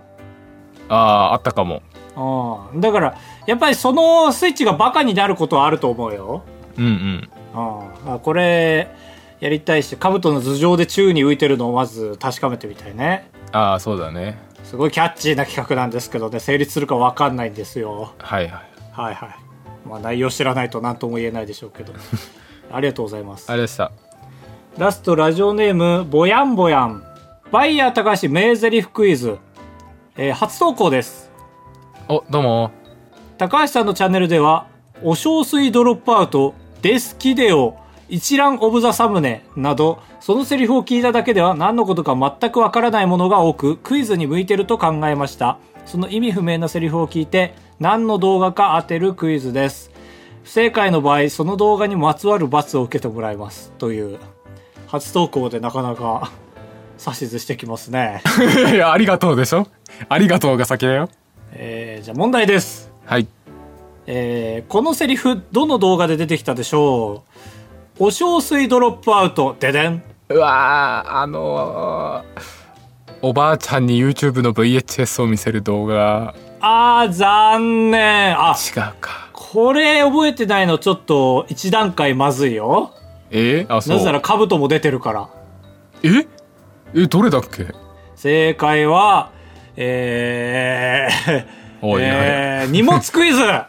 A: あーあったかも
B: うんだからやっぱりそのスイッチがバカになることはあると思うよ
A: うんうん
B: うんあこれやりたいし兜の頭上で宙に浮いてるのをまず確かめてみたいね
A: ああそうだね
B: すごいキャッチーな企画なんですけどね成立するか分かんないんですよ
A: はいはい
B: はいはいまあ内容知らないと何とも言えないでしょうけど ありがとうございます
A: あれでした
B: ラストラジオネームぼやんぼやんバイヤー高橋名ゼリフクイズ、えー初投稿です
A: おどうも
B: 高橋さんのチャンネルではお小水ドロップアウトデスキデオ一覧オブザサムネなどそのセリフを聞いただけでは何のことか全くわからないものが多くクイズに向いてると考えましたその意味不明なセリフを聞いて何の動画か当てるクイズです不正解の場合その動画にまつわる罰を受けてもらいますという初投稿でなかなか指図してきますね、
A: いやありがとうでしょありがとうが先だよ
B: えーじゃあ問題です
A: はい
B: えーこのセリフどの動画で出てきたでしょうお小水ドロップアウトででん
A: うわーあのーおばあちゃんに YouTube の VHS を見せる動画
B: あー残念あ
A: 違うか
B: これ覚えてないのちょっと一段階まずいよ
A: えあそう
B: なぜなら兜も出てるから
A: ええどれだっけ
B: 正解はえー、
A: おいおい
B: えー荷物クイズ
A: いや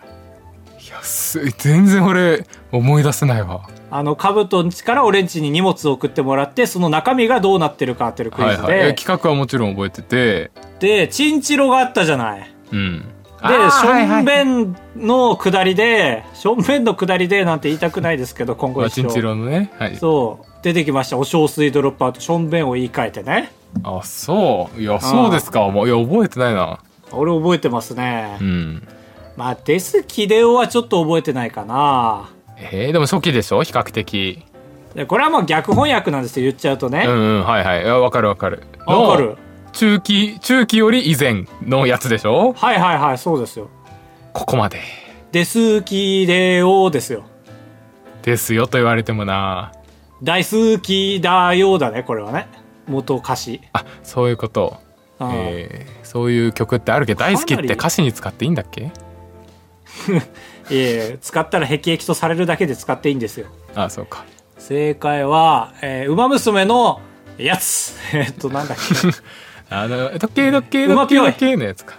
A: す全然俺思い出せないわ
B: あの兜んちから俺んちに荷物を送ってもらってその中身がどうなってるか当てるクイズ
A: はい
B: で、
A: はいいや企画はもちろん覚えてて
B: でチンチロがあったじゃない
A: うんあ
B: で、
A: ー
B: し
A: はい
B: ょ
A: はい
B: んべんの下りで、しょんべんの下りでなんて言いたくないですけど、今後
A: まあ
B: 一
A: チ
B: 緒
A: ンチロのねはい
B: そう。出てきました。お小水ドロップアウト、しょんべんを言い換えてね。
A: あそういやそうですかもういや覚えてないな
B: 俺覚えてますね。
A: うん
B: まあ、デス・キデオはちょっと覚えてないかな。
A: えー、でも初期でしょ比較的
B: でこれはもう逆翻訳なんですよ、言っちゃうとね。
A: うんうんはいはいいやわかるわかる
B: あわかる
A: の中期中期より以前のやつでしょ
B: はいはいはい、そうですよ。
A: ここまで
B: デス・キデオですよ。
A: ですよと言われてもな
B: 大好きだよだね、これはね。元歌詞。
A: あそういうこと
B: うん
A: えーそういう曲ってあるけど大好きって歌詞に使っていいんだっけ
B: ええ使ったら辟易とされるだけで使っていいんですよ。
A: あそうか
B: 正解は、えー、ウマ娘のやつ。 えーっと、なんだ っけ。
A: あの時計時計
B: うま
A: 時
B: ぴ
A: 計
B: ょい
A: 時計のやつか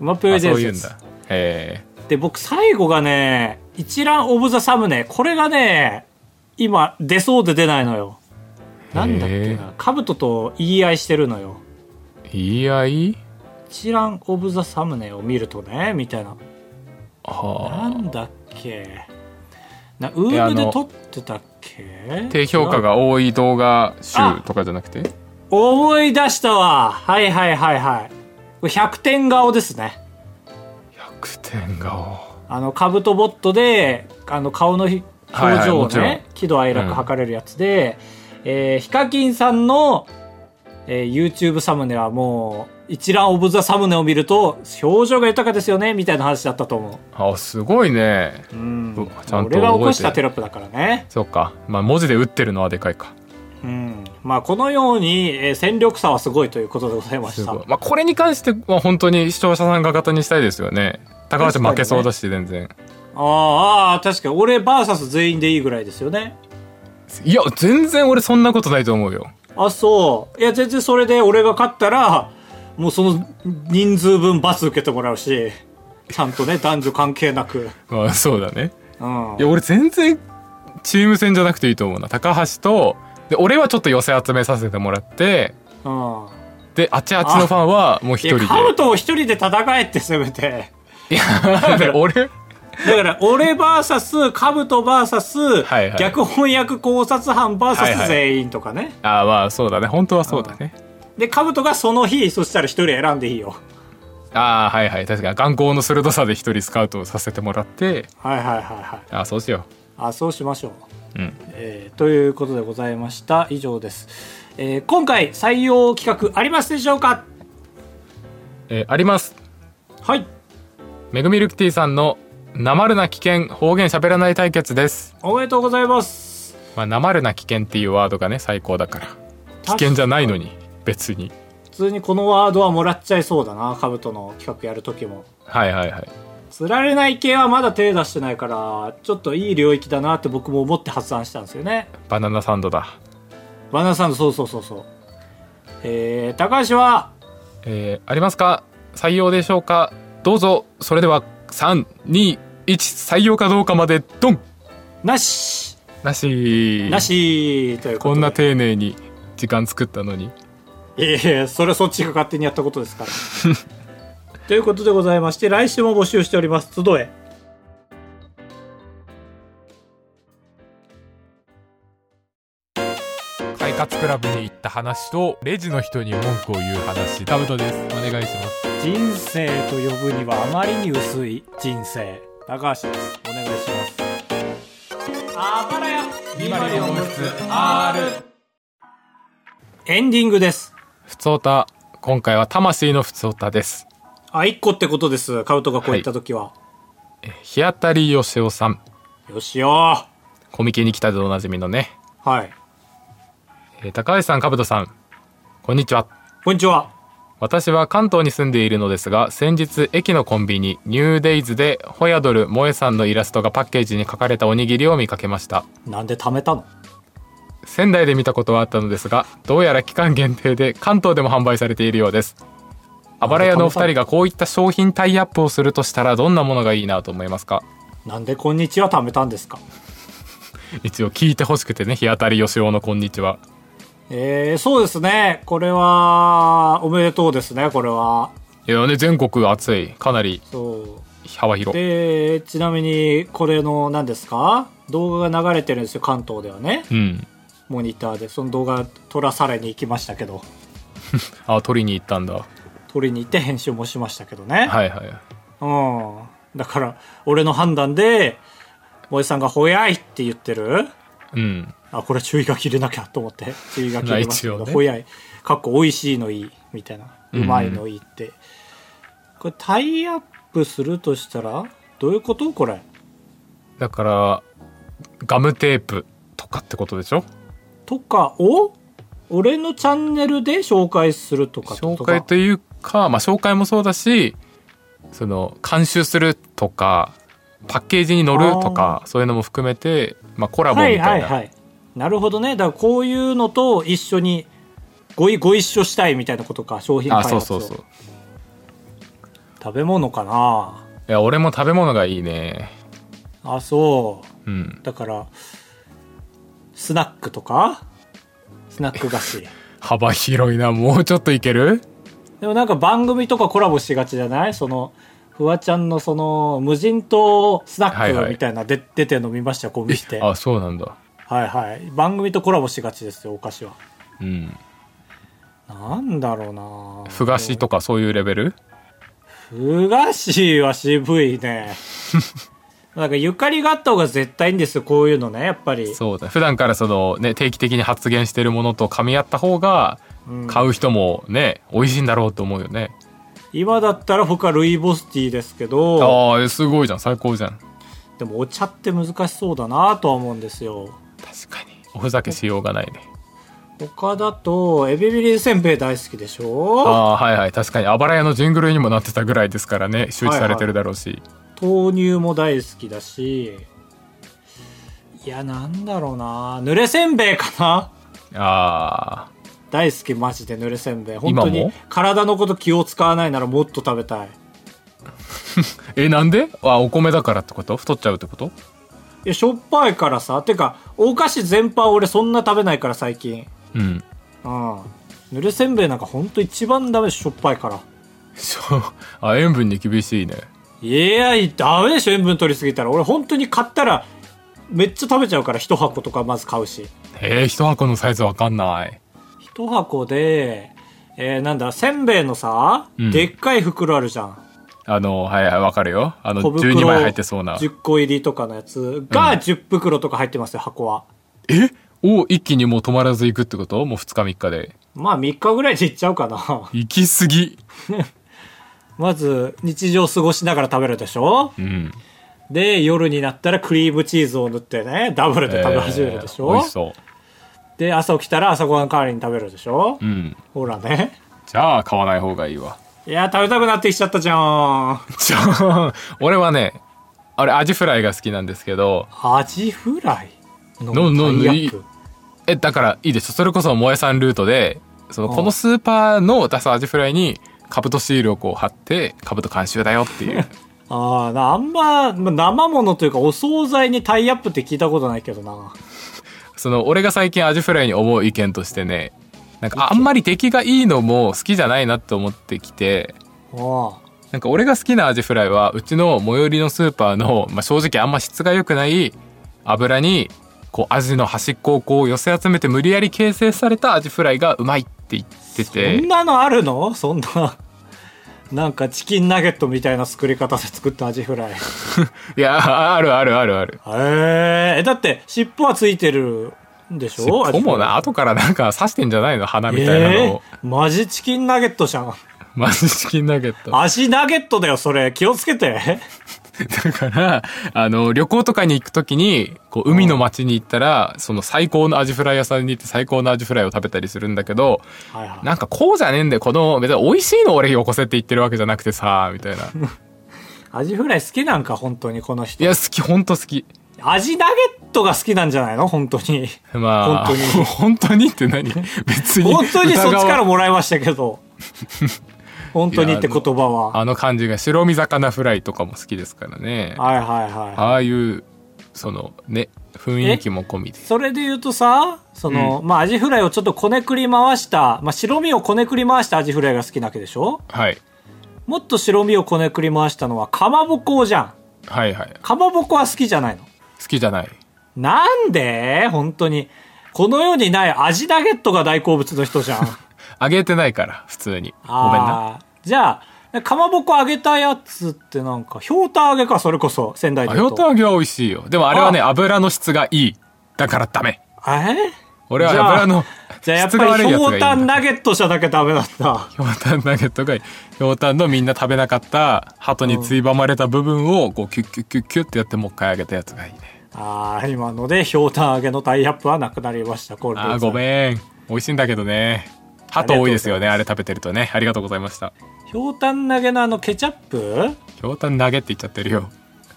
B: ウマプレ
A: あ
B: ゼ
A: そう
B: ン
A: いうん
B: ス
A: だえ
B: で、僕最後がね、一覧オブザサムネ。これがね、今出そうで出ないのよ。なんだっけ
A: へ
B: な。カブトと言い合いしてるのよ。
A: ー、いやい
B: 一覧オブザサムネを見るとね、みたいな。な
A: はあ
B: んだっけ。な、ウ
A: え
B: ー
A: あ
B: ム
A: の
B: で撮ってたっけ
A: 低評価
B: が
A: が多い動画集とかじゃなくて
B: 思い出したわはいはいはいはいこれ100点顔ですね
A: 100点顔
B: あのカブトボットであの顔のひ
A: はいはい
B: 表情を
A: もちろん
B: ね喜怒哀楽測れるやつで、えーヒカキンさんの、えー YouTube サムネはもう一覧オブザサムネを見ると表情が豊かですよねみたいな話だったと思
A: あすごいね
B: ううん
A: うわちゃんと
B: 俺が起こし
A: 覚
B: たテ
A: えてる
B: ロップだからね
A: そうかまあ文字で打ってるのはでかいか
B: うんまあこのように、えー戦力差はすごいということでございまし
A: す
B: た
A: ごいまあこれに関しては本当に視聴者さんが方にしたいですよね高橋負けそうだし全然、
B: あーあー確かに俺 VS 全員でいいぐらいですよね
A: いや全然俺そんなことないと思うよ
B: あそういや全然それで俺が勝ったらもうその人数分罰受けてもらうしちゃんとね男女関係なく
A: まあそうだね
B: うん
A: いや俺全然チーム戦じゃなくていいと思うな高橋とで俺はちょっと寄せ集めさせてもらって
B: うん
A: であっちあっちのファンはもう
B: い
A: 一人
B: や
A: で
B: カブトを一人で戦えってせめて
A: いや で俺
B: だから俺 VS カブト VS、
A: はいはい
B: 逆翻訳考察班
A: はいは
B: VS
A: い
B: 全員とかね、
A: ああまあそうだね本当はそうだね
B: でカブトがその日そしたら一人選んでいいよ
A: ああはいはい確かに眼光の鋭さで一人スカウトをさせてもらって
B: はいはいはいはい
A: ああそうしよ
B: あそうしましょう
A: ううん
B: えーということでございました以上です、えー今回採用企画ありますでしょうか
A: えーあります
B: はい
A: めぐみルクティさんの「なまるな危険方言しゃべらない対決」です
B: おめでとうございます
A: まあなまるな危険っていうワードがね最高だから危険じゃないのに別に
B: 普通にこのワードはもらっちゃいそうだなカブトの企画やる時も
A: はいはいはい
B: 釣られない系はまだ手出してないからちょっといい領域だなって僕も思って発案したんですよね
A: バナナサンドだ
B: バナナさんそうそうそうそうえー、高橋は
A: えーありますか採用でしょうかどうぞそれでは321採用かどうかまでドン
B: なし
A: なし
B: なしということ
A: こ
B: で
A: んな丁寧に時間作ったのに
B: いやいやそれはそっちが勝手にやったことですから ということでございまして来週も募集しております集え
A: 快活クラブに行った話とレジの人に文句を言う話タブトですお願いします
B: 人生と呼ぶにはあまりに薄い人生高橋ですお願いしますあばらやエンディングです
A: ふつおた今回は魂のふつおたです
B: あ一個ってことですカウトがこういった時は、
A: 日当たりよしおさん
B: よしよー
A: コミケに来たでおなじみのね、
B: はい
A: えー高橋さんかぶとさんこんにちは
B: こんにちは
A: 私は関東に住んでいるのですが先日駅のコンビニニューデイズでホヤドル萌えさんのイラストがパッケージに書かれたおにぎりを見かけました
B: なんで貯めたの
A: 仙台で見たことはあったのですがどうやら期間限定で関東でも販売されているようですあばら屋のお二人がこういった商品タイアップをするとしたらどんなものがいいなと思いますか
B: なんでこんにちは貯めたんですか
A: 一応聞いてほしくてね日当たりよしおのこんにちは
B: えー、そうですねこれはおめでとうですねこれはい
A: やね全国暑いかなり
B: そう
A: 幅広
B: でちなみにこれの何ですか動画が流れてるんですよ関東ではね
A: うん
B: モニターでその動画撮らされに行きましたけど
A: あ取りに行ったんだ
B: 撮りに行って編集もしましたけどね、
A: はいはい
B: うんだから俺の判断で萌えさんが「ほやい」って言ってる
A: うん
B: あこれ注意書き入れなきゃと思 って注意書き入れますけ
A: まあ
B: ど
A: 一応ね
B: ほやいかっこおいしいのいいみたいなうまいのいいって、これタイアップするとしたらどういうことこれ
A: だからガムテープとかってことでしょ
B: とかを俺のチャンネルで紹介するとかってこ
A: 紹
B: とか
A: 介というか、まあ、紹介もそうだしその監修するとかパッケージに載るとかそういうのも含めて、まあ、コラボみ
B: は
A: た
B: い
A: いな、
B: はいはいなるほどねだからこういうのと一緒にごいご一緒したいみたいなことか商品開
A: あ
B: 発
A: そ
B: を
A: うそうそう
B: 食べ物かない
A: や俺も食べ物がいいね
B: あそう
A: うん
B: だからスナックとかスナック菓子
A: 幅広いなもうちょっといける
B: でもなんか番組とかコラボしがちじゃないそのフワちゃんのその無人島スナ
A: はい
B: ッ
A: は
B: ク
A: い
B: みたいなで出てるの見ましたよコンビニで
A: あそうなんだ
B: はいはい番組とコラボしがちですよお菓子は
A: うん
B: なんだろうな
A: ふがしとかそういうレベル
B: ふがしは渋い ねなんかゆかりがあった方が絶対いいんですよこういうのねやっぱり
A: そうだ普段からその、ね、定期的に発言してるものと噛み合った方が買う人もね、美味しいんだろうと思うよね
B: 今だったら僕はルイボスティーですけど
A: ああすごいじゃん最高じゃん
B: でもお茶って難しそうだなとは思うんですよ
A: 確かにおふざけしようがないね
B: 他だとエビビリせんべい大好きでしょ
A: ああーはいはい確かにあばら屋のジングルにもなってたぐらいですからね周知されてるだろうし、
B: 豆乳も大好きだしいやなんだろうな濡れせんべいかな
A: ああ
B: 大好きマジで濡れせんべい本
A: 今
B: 当
A: も
B: に体のこと気を使わないならもっと食べたい
A: えなんであお米だからってこと太っちゃうってこと
B: いやしょっぱいからさてかお菓子全般俺そんな食べないから最近
A: うん
B: うん濡れせんべいなんかほんと一番ダメしょっぱいから
A: そうあ塩分に厳しいね
B: いやいダメでしょ塩分取りすぎたら俺本当に買ったらめっちゃ食べちゃうから一箱とかまず買うし
A: えー、一箱のサイズわかんない
B: 一箱でえー、なんだせんべいのさ、
A: うん
B: でっかい袋あるじゃん
A: あのはいはいわかるよあの
B: 小袋
A: 12枚入ってそうな
B: 10個入りとかのやつが10袋とか入ってますよ箱は
A: えを一気にもう止まらず行くってこともう2日3日で
B: まあ3日ぐらいでいっちゃうかな
A: 行き過ぎ
B: まず日常過ごしながら食べるでしょ
A: うん
B: で夜になったらクリームチーズを塗ってねダブルで食べ始めるでしょ、
A: えー美味しそ
B: で朝起きたら朝ごはん代わりに食べるでしょ、
A: ううん
B: ほらね
A: じゃあ買わない方がいいわ
B: いや食べたくなってきちゃったじゃん
A: じゃあ俺はねあれアジフライが好きなんですけど
B: アジフライの
A: のの
B: タイアップ
A: いいえだからいいでしょそれこそ萌えさんルートでそのこのスーパーの出すアジフライにカブトシールをこう貼ってカブト監修だよっていう
B: あーなあんま、ま生ものというかお惣菜にタイアップって聞いたことないけどな
A: その俺が最近アジフライに思う意見としてねなんかあんまり出来がいいのも好きじゃないなと思ってきて
B: おう
A: なんか俺が好きなアジフライはうちの最寄りのスーパーの、まあ、正直あんま質が良くない油にこうアジの端っこをこう寄せ集めて無理やり形成されたアジフライがうまいって言ってて
B: そんなのあるのそんななんかチキンナゲットみたいな作り方で作ったアジフライへ
A: いやあるあるあるある
B: えだって尻尾はついてるんでしょ
A: 尻尾もな
B: ア
A: 後からなんか刺してんじゃないの鼻
B: ジ
A: み
B: フ
A: たい
B: ライ
A: なの
B: え
A: を、
B: ー、マジチキンナゲットじゃん
A: マジチキンナゲット
B: 足ナゲットだよそれ気をつけて
A: だからあの旅行とかに行く時にこう海の町に行ったらその最高のアジフライ屋さんに行って最高のアジフライを食べたりするんだけど
B: はいはい
A: なんかこうじゃねえんだよこの別に美味しいの俺よこせって言ってるわけじゃなくてさみた いな
B: アジフライ好きなんか本当にこの人
A: いや好きほんと好き
B: アジナゲットが好きなんじゃないの本当に
A: まあ
B: 本当に
A: 本当にって何別に
B: 本当にそっち
A: 疑
B: か
A: わ
B: らもらいましたけ ど本当にって言葉は
A: あの感じが白身魚フライとかも好きですからね
B: はいはいはい
A: ああいうそのね雰囲気も込みで
B: それで言うとさ、その、まあ、アジフライをちょっとこねくり回した、まあ、白身をこねくり回したアジフライが好きなわけでしょ
A: はい
B: もっと白身をこねくり回したのはかまぼこじゃん。
A: はいはい
B: かまぼこは好きじゃないの。
A: 好きじゃない
B: なんで本当に。この世にないアジナゲットが大好物の人じゃん。
A: あげてないから普通にごめんな
B: あーじゃあ、かまぼこ揚げたやつってなんか、ひょうたん揚げか、それこそ、仙台
A: あひ
B: で言
A: ょ
B: う
A: う
B: と。
A: たん揚げは美味しいよでもあれはね油の質がいいだからダメ
B: え
A: 俺は
B: じゃあ
A: 油の
B: じゃあやっ
A: 質
B: ぱ
A: が悪
B: り
A: い
B: ひ
A: やつ
B: ょ
A: が
B: う
A: いいんだ
B: たんナゲットじゃなきゃダメなんだ。
A: ひょうたんナゲットがいいひょうたんのみんな食べなかった鳩についばまれた部分をこうキュッキュッキュッキュッってやってもう一回揚げたやつがいいね
B: ああ、今ので、ひょうたん揚げのタイアップはなくなりました、これ。
A: あーご
B: ん。
A: めん美味しいんだけどね鳩多いですよねあれ食べてるとねありがとうございました
B: ひょうたん揚げのあのケチャップ
A: ひょうたん投げって言っちゃってるよ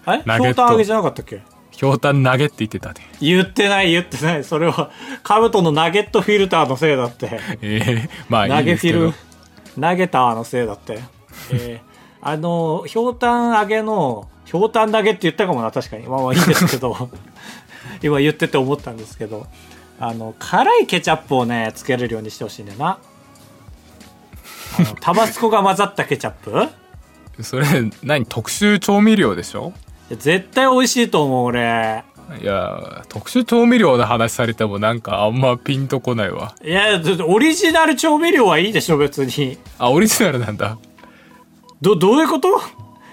B: あれひ
A: ナゲット
B: ょうたん揚げじゃなかったっけ
A: ひょうたん投げって言ってたで
B: 言ってない、言ってない。それは、カブトのナゲットフィルターのせいだって。
A: えー、まあい
B: ナ
A: い
B: ゲ
A: で
B: フ
A: すけ
B: ィ
A: ど
B: ル、ナゲターのせいだって。 えー、あの、ひょうたん揚げの、ひょうたん投げって言ったかもな、確かに。まあまあいいんですけ ど。今言ってて思ったんですけど。あの、辛いケチャップをね、つけれるようにしてほしいんだよな。あのタバスコが混ざったケチャップ
A: それ何特殊調味料でしょ
B: 絶対美味しいと思う俺
A: いや特殊調味料の話されてもなんかあんまピンとこないわ
B: いやだってオリジナル調味料はいいでしょ別に
A: あオリジナルなんだ
B: どどういうこと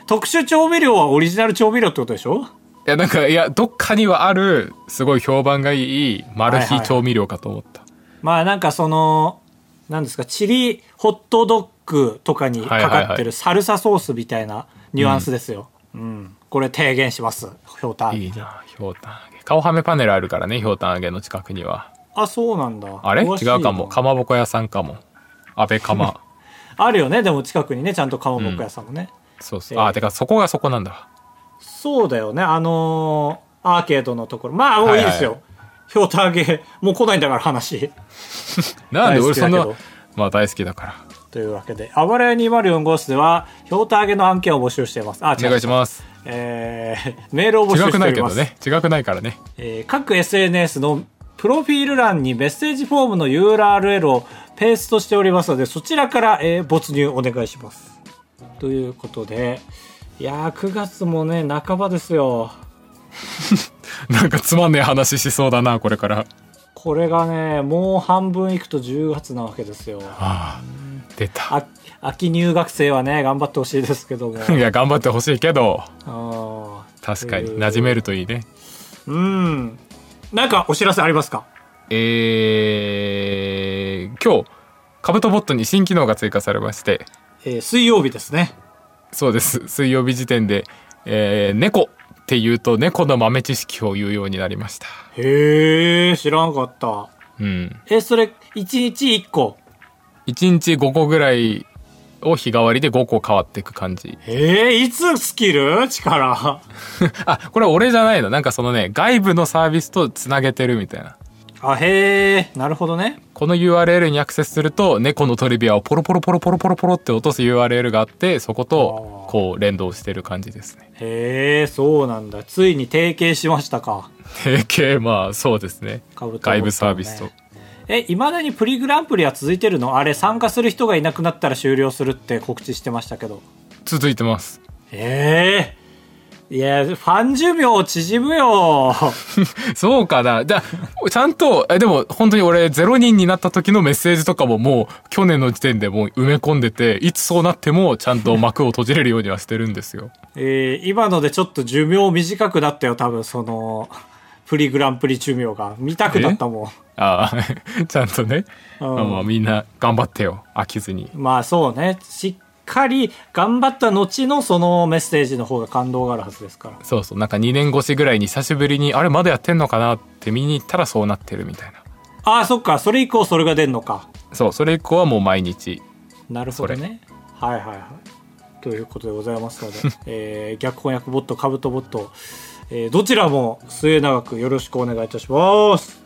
B: 特殊調味料はオリジナル調味料ってことでしょ
A: いやなんかいやどっかにはあるすごい評判がいいマル
B: はい
A: 秘
B: はい
A: 調味料かと思った、
B: まあなんかそのなんですかチリホットドッグとかにかか
A: はい
B: っ
A: は
B: て
A: いは
B: るサルサソースみたいなニュアンスですよ、うんこれ提言しますひょうたん
A: いいなひょうたん揚げ顔はめパネルあるからねひょうたん揚げの近くには
B: あそうなんだ
A: あれ
B: 詳しい
A: 違うかもかまぼこ屋さんかも安倍か ま
B: あるよねでも近くにねちゃんとかまぼこ屋さんもね、
A: そうそう、
B: えー
A: あてかそこがそこなんだわ
B: そうだよねあのーアーケードのところまあもういいですよ、
A: は
B: ひょうたん揚げもう来ないんだから話
A: なんで俺そん
B: 大
A: な
B: 好きだけ
A: まあ大好きだから
B: というわけで暴れ屋204号室ではひょうたん揚げの案件を募集していますあ
A: お願いします
B: えー、メールを募集
A: 違く
B: して
A: な
B: お
A: いけ
B: りま
A: ど
B: す、
A: ね違くないからね
B: えー各 SNS のプロフィール欄にメッセージフォームの URL をペーストしておりますのでそちらから、えー没入お願いしますということでいやー9月もね半ばですよ
A: なんかつまんねえ話しそうだなこれから
B: これがねもう半分いくと10月なわけですよ
A: ああ出た
B: あ秋入学生はね頑張ってほしいですけども
A: いや頑張ってほしいけど
B: あー
A: 確かに
B: えー
A: 馴染めるといいね
B: うんなんかお知らせありますか
A: えー、今日カブトボットに新機能が追加されまして
B: えー水曜日ですね
A: そうです水曜日時点で、えー猫っていうと猫の豆知識を言うようになりました
B: へえ、知らんかった。
A: うん
B: え、それ、1日1個。
A: 1日5個ぐらいを日替わりで5個変わっていく感じ
B: ええ、いつスキル力。
A: あこれ俺じゃないのなんかそのね外部のサービスとつなげてるみたいな
B: あ、へえ、なるほどね。
A: この URL にアクセスすると猫のトリビアをポロポロポロポロポロポロって落とす URL があってそことこう連動してる感じですね
B: へえ、そうなんだ。ついに提携しましたか。
A: 提携まあそうですね
B: かぶった
A: 外部サービスと
B: ねえ、いまだにプリグランプリは続いてるのあれ、参加する人がいなくなったら終了するって告知してましたけど。
A: 続いてます
B: ええいや、ファン寿命縮むよ。
A: そうかな。じゃあ、ちゃんと、えでも本当に俺0人になった時のメッセージとかももう去年の時点でもう埋め込んでて、いつそうなってもちゃんと幕を閉じれるようにはしてるんですよ。
B: えー今のでちょっと寿命短くなったよ、多分、その、プリグランプリ寿命が。見たくなったもん。
A: ああ、 ちゃんとね。
B: う
A: ま
B: ん
A: あまあみんな頑張ってよ。飽きずに。
B: まあそうね。しっかり頑張った後のそのメッセージの方が感動があるはずですから。
A: そうそう。なんか2年越しぐらいに久しぶりに、あれまだやってんのかなって見に行ったらそうなってるみたいな。
B: ああ、そっか。それ以降それが出るのか。
A: そう、それ以降はもう毎日。
B: なるほどね。はいはいはい。ということでございますので、えー逆翻訳ボット、カブトボット、えーどちらも末永くよろしくお願いいたします。